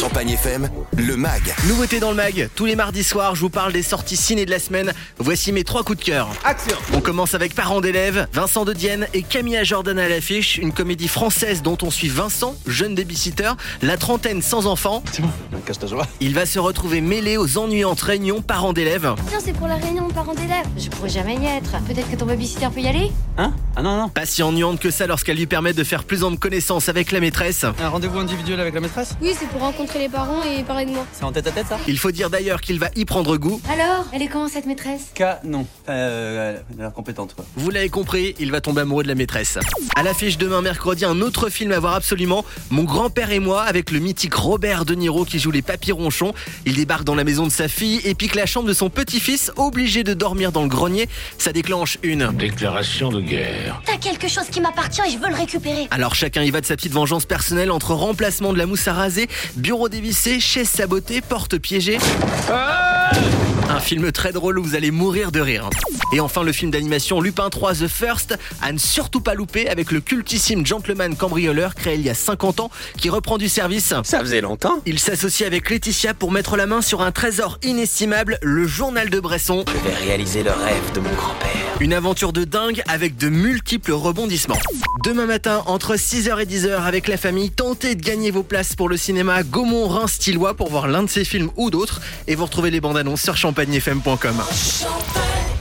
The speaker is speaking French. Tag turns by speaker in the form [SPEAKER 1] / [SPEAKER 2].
[SPEAKER 1] Champagne FM, le mag.
[SPEAKER 2] Nouveauté dans le mag, tous les mardis soirs, je vous parle des sorties ciné de la semaine. Voici mes trois coups de cœur.
[SPEAKER 3] Action
[SPEAKER 2] On commence avec Parents d'élèves, Vincent de Dienne et Camilla Jordan à l'affiche, une comédie française dont on suit Vincent, jeune babysitter, la trentaine sans enfant. Il va se retrouver mêlé aux ennuyantes réunions parents d'élèves.
[SPEAKER 4] Tiens, c'est pour la réunion de parents d'élèves. Je pourrais jamais y être. Peut-être que ton babysitter peut y aller
[SPEAKER 5] Hein Ah non, non.
[SPEAKER 2] Pas si ennuyante que ça lorsqu'elle lui permet de faire plus ample connaissance avec la maîtresse.
[SPEAKER 5] Un rendez-vous individuel avec la maîtresse
[SPEAKER 6] Oui, c'est pour rencontrer les parents et parler de moi.
[SPEAKER 5] C'est en tête à tête ça
[SPEAKER 2] Il faut dire d'ailleurs qu'il va y prendre goût.
[SPEAKER 4] Alors, elle est comment cette maîtresse
[SPEAKER 5] Canon. Euh, elle a l'air compétente quoi.
[SPEAKER 2] Vous l'avez compris, il va tomber amoureux de la maîtresse. À l'affiche demain mercredi, un autre film à voir absolument, Mon grand-père et moi, avec le mythique Robert De Niro qui joue les papy ronchons. Il débarque dans la maison de sa fille et pique la chambre de son petit-fils, obligé de dormir dans le grenier. Ça déclenche une.
[SPEAKER 7] Déclaration de guerre.
[SPEAKER 4] T'as quelque chose qui m'appartient et je veux le récupérer.
[SPEAKER 2] Alors chacun y va de sa petite vengeance personnelle entre remplacement de la mousse à raser, bureau dévissé, chaise sabotée, porte piégée. Un film très drôle où vous allez mourir de rire. Et enfin le film d'animation Lupin 3 The First, à ne surtout pas louper avec le cultissime gentleman cambrioleur créé il y a 50 ans qui reprend du service.
[SPEAKER 5] Ça faisait longtemps
[SPEAKER 2] Hein Il s'associe avec Laetitia pour mettre la main sur un trésor inestimable, le journal de Bresson.
[SPEAKER 8] Je vais réaliser le rêve de mon grand-père.
[SPEAKER 2] Une aventure de dingue avec de multiples rebondissements. Demain matin, entre 6h et 10h, avec la famille, tentez de gagner vos places pour le cinéma gaumont reims tillois pour voir l'un de ces films ou d'autres. Et vous retrouvez les bandes annonces sur champagnefm.com.
[SPEAKER 1] Champagne